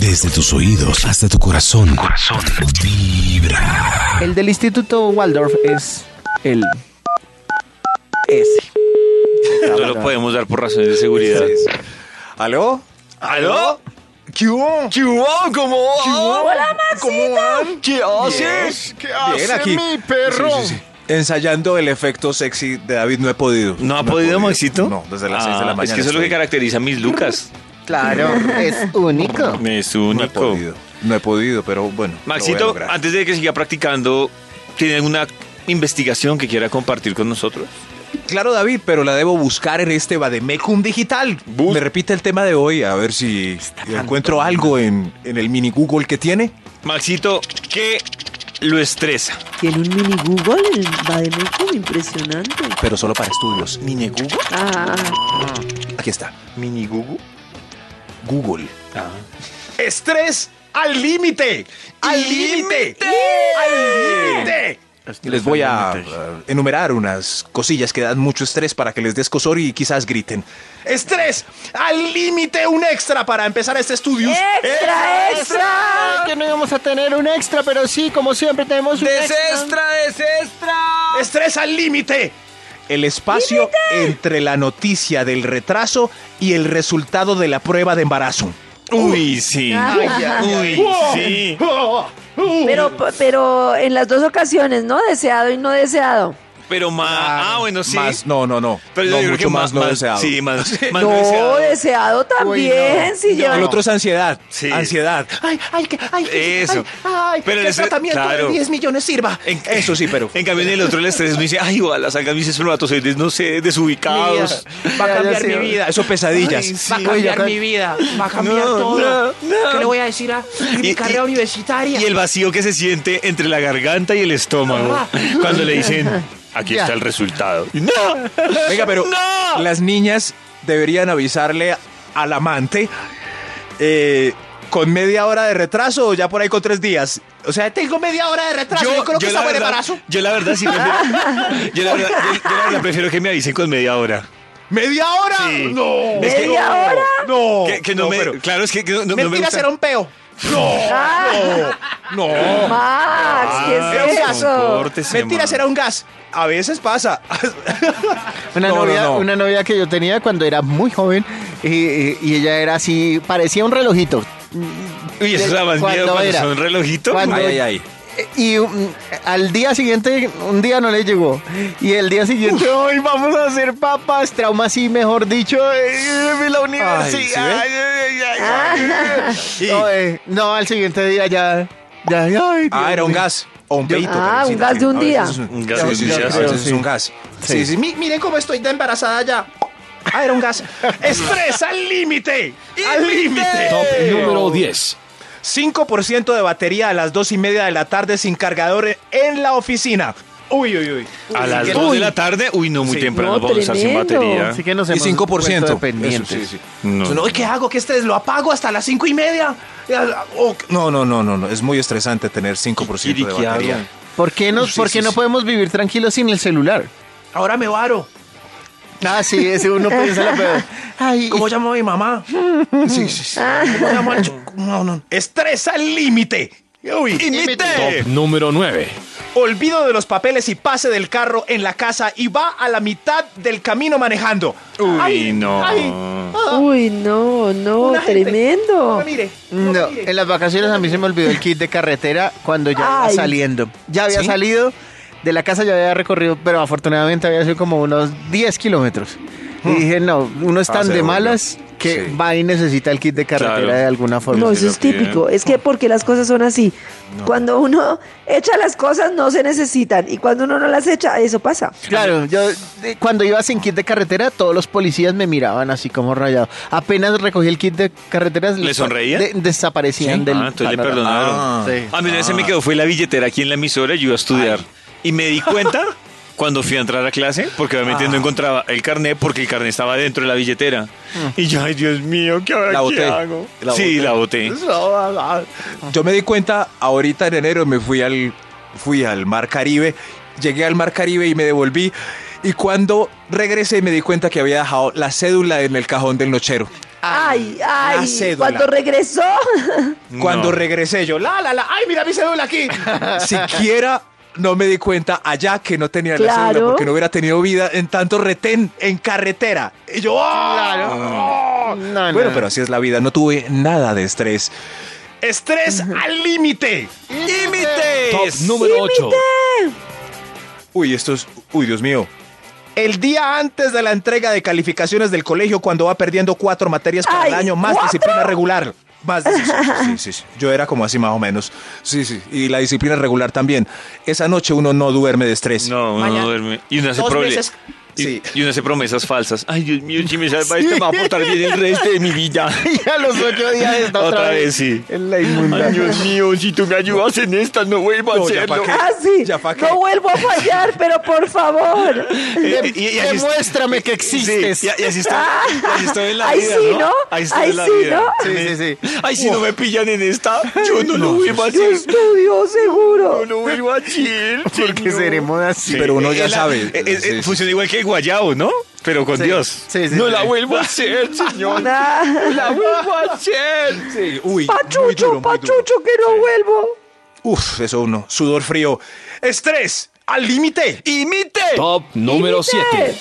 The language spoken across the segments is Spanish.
Desde tus oídos hasta tu corazón. Corazón. Vibra. El del Instituto Waldorf es el S. No lo podemos dar por razones de seguridad. ¿Aló? ¿Aló? ¿Qué hubo? ¿Qué hubo? ¿Cómo va? Hola, ¿Cómo van? ¿Qué haces? ¿Qué hace mi perro? Ensayando el efecto sexy de David no he podido. ¿No ha he podido, Maxito? No, desde las 6 de Ah, la mañana. Es que eso es lo que estoy. caracteriza a mis Lucas. Claro, es único. Es No he único. podido. No he podido, pero bueno. lo voy a Maxito, lograr. antes de que siga practicando, ¿tiene alguna investigación que quiera compartir con nosotros? Claro, David, pero la debo buscar en este Bademecum digital. Me repite el tema de hoy, a ver si encuentro algo en, en el mini Google que tiene. Maxito, ¿qué lo estresa? Tiene un mini Google, el Bademecum, impresionante. Pero solo para estudios. ¿Mini Google? Ah, Aquí está. ¿Mini Google? Google. Ah. Estrés al límite. Al límite. Al límite. Les voy a eh, enumerar unas cosillas que dan mucho estrés para que les des cosor y quizás griten. ¡Estrés! ¡Al límite! ¡Un extra para empezar este estudio! ¡Extra, Ay, Que no íbamos a tener un extra, pero sí, como siempre tenemos un extra. ¡Estrés al límite! El espacio entre la noticia del retraso y el resultado de la prueba de embarazo. Uy, sí. Uy, sí. pero, pero en las dos ocasiones, ¿no? Deseado y no deseado. Pero más. Ah, bueno, sí. Más, no, no, no. Pero yo no, creo mucho que más, no deseado. Sí, más, más no, Ah, no deseado, deseado. también. si yo- El otro es ansiedad. Sí. Ansiedad. Ay, ay, que, ay, que- Eso. ay, ay, Pero que el ese- tratamiento claro. de 10 millones sirva. En- Eso sí, pero. En cambio, en el otro, el estrés me dice, ay, ojalá salgan mis espermatozoides, no sé, desubicados. Va Ya, a ya cambiar sé. mi vida. Eso pesadillas. Ay, sí. Va a cambiar mi vida, va a cambiar No, todo. no, no. ¿Qué le voy a decir a a mi Y- carrera y- universitaria? Y el vacío que se siente entre la garganta y el estómago cuando le dicen, aquí está el resultado. No, Venga, pero ¡No! las niñas deberían avisarle al amante eh, con media hora de retraso o ya por ahí con tres días. O sea, tengo media hora de retraso. Yo, creo que la está buen verdad- embarazo. Yo la verdad sí prefiero, yo la verdad, yo- yo la verdad prefiero que me avisen con media hora. ¿Media hora? Sí. No. Es que- ¿Media hora? No. Que, que no, Oh, no, me, pero- claro, es que que no, no me Mentira, gusta. será un peo. Ah, No. Max, ¿qué Ah, es eso? compórtese, Mentira, man. será un gas. A veces pasa. Una, No, no, novia, no. una novia que yo tenía cuando era muy joven y, y- y ella era así, parecía un relojito. Uy, eso da más ¿Cuándo miedo cuando era? son relojitos. ¿Cuándo? Ay, ay, ay. Y um, al día siguiente, un día no le llegó. Y el día siguiente, hoy vamos a ser papas, trauma así, mejor dicho, eh, la universidad. Ay, ¿sí Ay, ay, ay, ay, ay. No, eh, no, al siguiente día ya. ya ay, Dios Ah, era un mío. gas. O un peito. Ah, pero un gas de un a veces día. es un- Un gas sí, de un sí, día, sí, a sí, veces sí. es un gas. Sí. Sí, sí, mi- miren cómo estoy de embarazada ya. Ah, era un gas. Estrés al límite. Al límite. Top número 10. 5% de batería a las 2 y media de la tarde sin cargador en la oficina. Uy, uy, uy. A las Uy. 2 de la tarde, uy, no, muy Sí. temprano No, vamos a estar sin tremendo. batería. Así que nos Y hemos 5%. puesto dependientes. Eso, sí, sí. No. No, ¿y ¿qué hago? ¿Qué estrés? ¿Lo apago hasta las 5 y media? O- No, no, no, no, no. Es muy estresante tener 5% de ¿Y qué hago? batería. ¿Por qué, no, Sí, por sí, qué no sí. podemos vivir tranquilos sin el celular? Ahora me varo. Ah, sí, ese uno piensa la peor. Ay, ¿Cómo llamo a mi mamá? Sí, sí, sí. ¿Cómo llamo al ch- No, no. Estrés al límite. Uy. ¡Límite! Top número 9. Olvido de los papeles y pase del carro en la casa y va a la mitad del camino manejando. Uy, Ay, no. ay, ah, Uy, no, no, una gente. No tremendo. me mire, no me No, mire. en las vacaciones a mí se me olvidó el kit de carretera cuando ya Ay. iba saliendo. Ya había ¿Sí? salido de la casa, ya había recorrido, pero afortunadamente había sido como unos 10 kilómetros. Y dije, no, uno es Hmm. Ah, tan se de devolvió. malas que Sí. va y necesita el kit de carretera Claro. de alguna forma. No, sí eso lo es típico. Es que porque las cosas son así. Cuando uno echa las cosas, no se necesitan. Y cuando uno no las echa, eso pasa. Claro, yo eh, cuando iba sin kit de carretera, todos los policías me miraban así como rayado. Apenas recogí el kit de carretera, les- sonreían? de- desaparecían del. Ah, entonces le panorama. perdonaron. Ah, sí. A mí una vez se me quedó, fue la billetera aquí en la emisora, yo iba a estudiar. Y me di cuenta cuando fui a entrar a clase, porque Ah. obviamente no encontraba el carnet, porque el carnet estaba dentro de la billetera. Y yo, ay, Dios mío, ¿qué ahora Mm. La qué boté. hago? La sí, boté. la boté. Yo me di cuenta ahorita en enero me fui al fui al Mar Caribe, llegué al Mar Caribe y me devolví y cuando regresé me di cuenta que había dejado la cédula en el cajón del nochero. Ay, la ay, cédula. cuando regresó. No. Cuando regresé yo, la, la, la, ay, mira mi cédula aquí. Siquiera no me di cuenta allá que no tenía la Claro. cédula porque no hubiera tenido vida en tanto retén en carretera. Y yo, ¡ah! Claro. Oh. ¡Ah! No, no, bueno, no. pero así es la vida, no tuve nada de estrés. Estrés al límite. Top ¡Límites! número 8. Uy, esto es, uy, Dios mío. El día antes de la entrega de calificaciones del colegio cuando va perdiendo cuatro materias para Ay, el año, más ¿cuatro? disciplina regular. Más disciplina. Sí, sí, sí. Yo era como así más o menos. Sí, sí. Y la disciplina regular también. Esa noche uno no duerme de estrés. No, uno no duerme. Y uno hace Dos prole- veces. Y, Sí. y uno hace promesas falsas. Ay, Dios mío, si me salva este, me va a portar bien el resto de mi vida. Y a los ocho días está otra, Otra vez, sí. En la Ay, inmundaria. Dios mío, si tú me ayudas en esta, no vuelvo a No, ya hacerlo. pa' qué. Ah, sí. ¿Ya pa' qué? No vuelvo a fallar, pero por favor. Eh, y- y así- Demuéstrame que existes. Sí, y, y así estoy, y así estoy en la Ahí vida, sí, ¿no? ¿no? Ahí sí, ¿no? Sí, sí, sí. Ay, si no me pillan en esta, yo no, lo vuelvo a Yo hacer. estudio seguro. No lo vuelvo a hacer. Porque señor. seremos así. Sí, pero uno ya Eh, la- sabe. eh, eh, Sí, sí. funciona igual que el guayabo, ¿no? Pero con Sí, Dios. sí, sí, no sí. la vuelvo a hacer, señor. no Nah. la vuelvo a hacer. Sí, uy, muy Pachucho, duro, muy duro. pachucho, que no vuelvo. Uf, eso uno. Sudor frío. Estrés al límite. ¡Imite! Top número 7.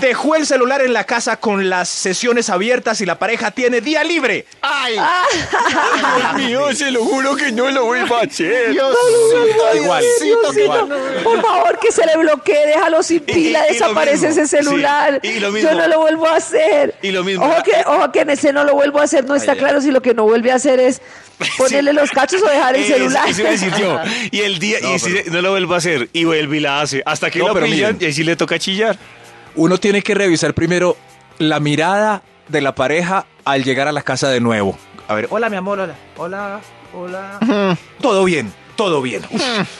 Dejó el celular en la casa con las sesiones abiertas y la pareja tiene día libre. ¡Ay! Dios mío, se lo juro que no lo vuelvo a hacer. Dios igual. Diosito, que Igual. no- Por favor, que se le bloquee, déjalo sin Y- pila, y- y lo desaparece mismo, ese celular. sí, y lo mismo. Yo no lo vuelvo a hacer. Y lo mismo. Ojo que, ojo que en ese no lo vuelvo a hacer, no está claro si lo que no vuelve a hacer es ponerle los cachos o dejar el Eh, celular. eso iba a decir yo. Y el día, No, y si pero- se- no lo vuelvo a hacer, y vuelve y la hace. Hasta que No, lo pero pillan, miren. y ahí sí le toca chillar. Uno tiene que revisar primero la mirada de la pareja al llegar a la casa de nuevo. A ver, hola mi amor, hola, hola, hola. Todo bien, todo bien.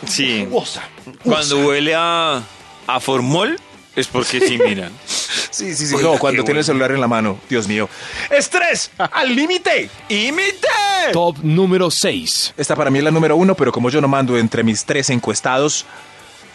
Sí. Cuando huele a, a formol, es porque sí miran. Sí, sí, sí. No, cuando Qué tiene el celular en la mano, Dios mío. Estrés al límite. ¡Imite! Top número 6. Esta para mí es la número uno, pero como yo no mando entre mis tres encuestados.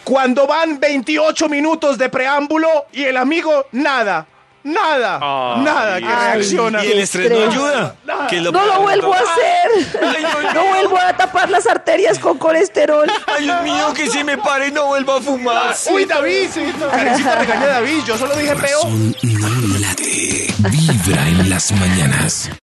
Cuando van 28 minutos de preámbulo y el amigo nada, nada, Ay, nada que ay, reacciona. Y el estrés no Estrés. ayuda. que es No peor lo del vuelvo a mundo. Ay, hacer. Dios No mío. vuelvo a tapar las arterias con colesterol. Ay, Dios mío, que si me pare no vuelvo a fumar. Uy, David, Karencita regaña a David, yo solo dije peo. Corazón no late. Vibra en las mañanas.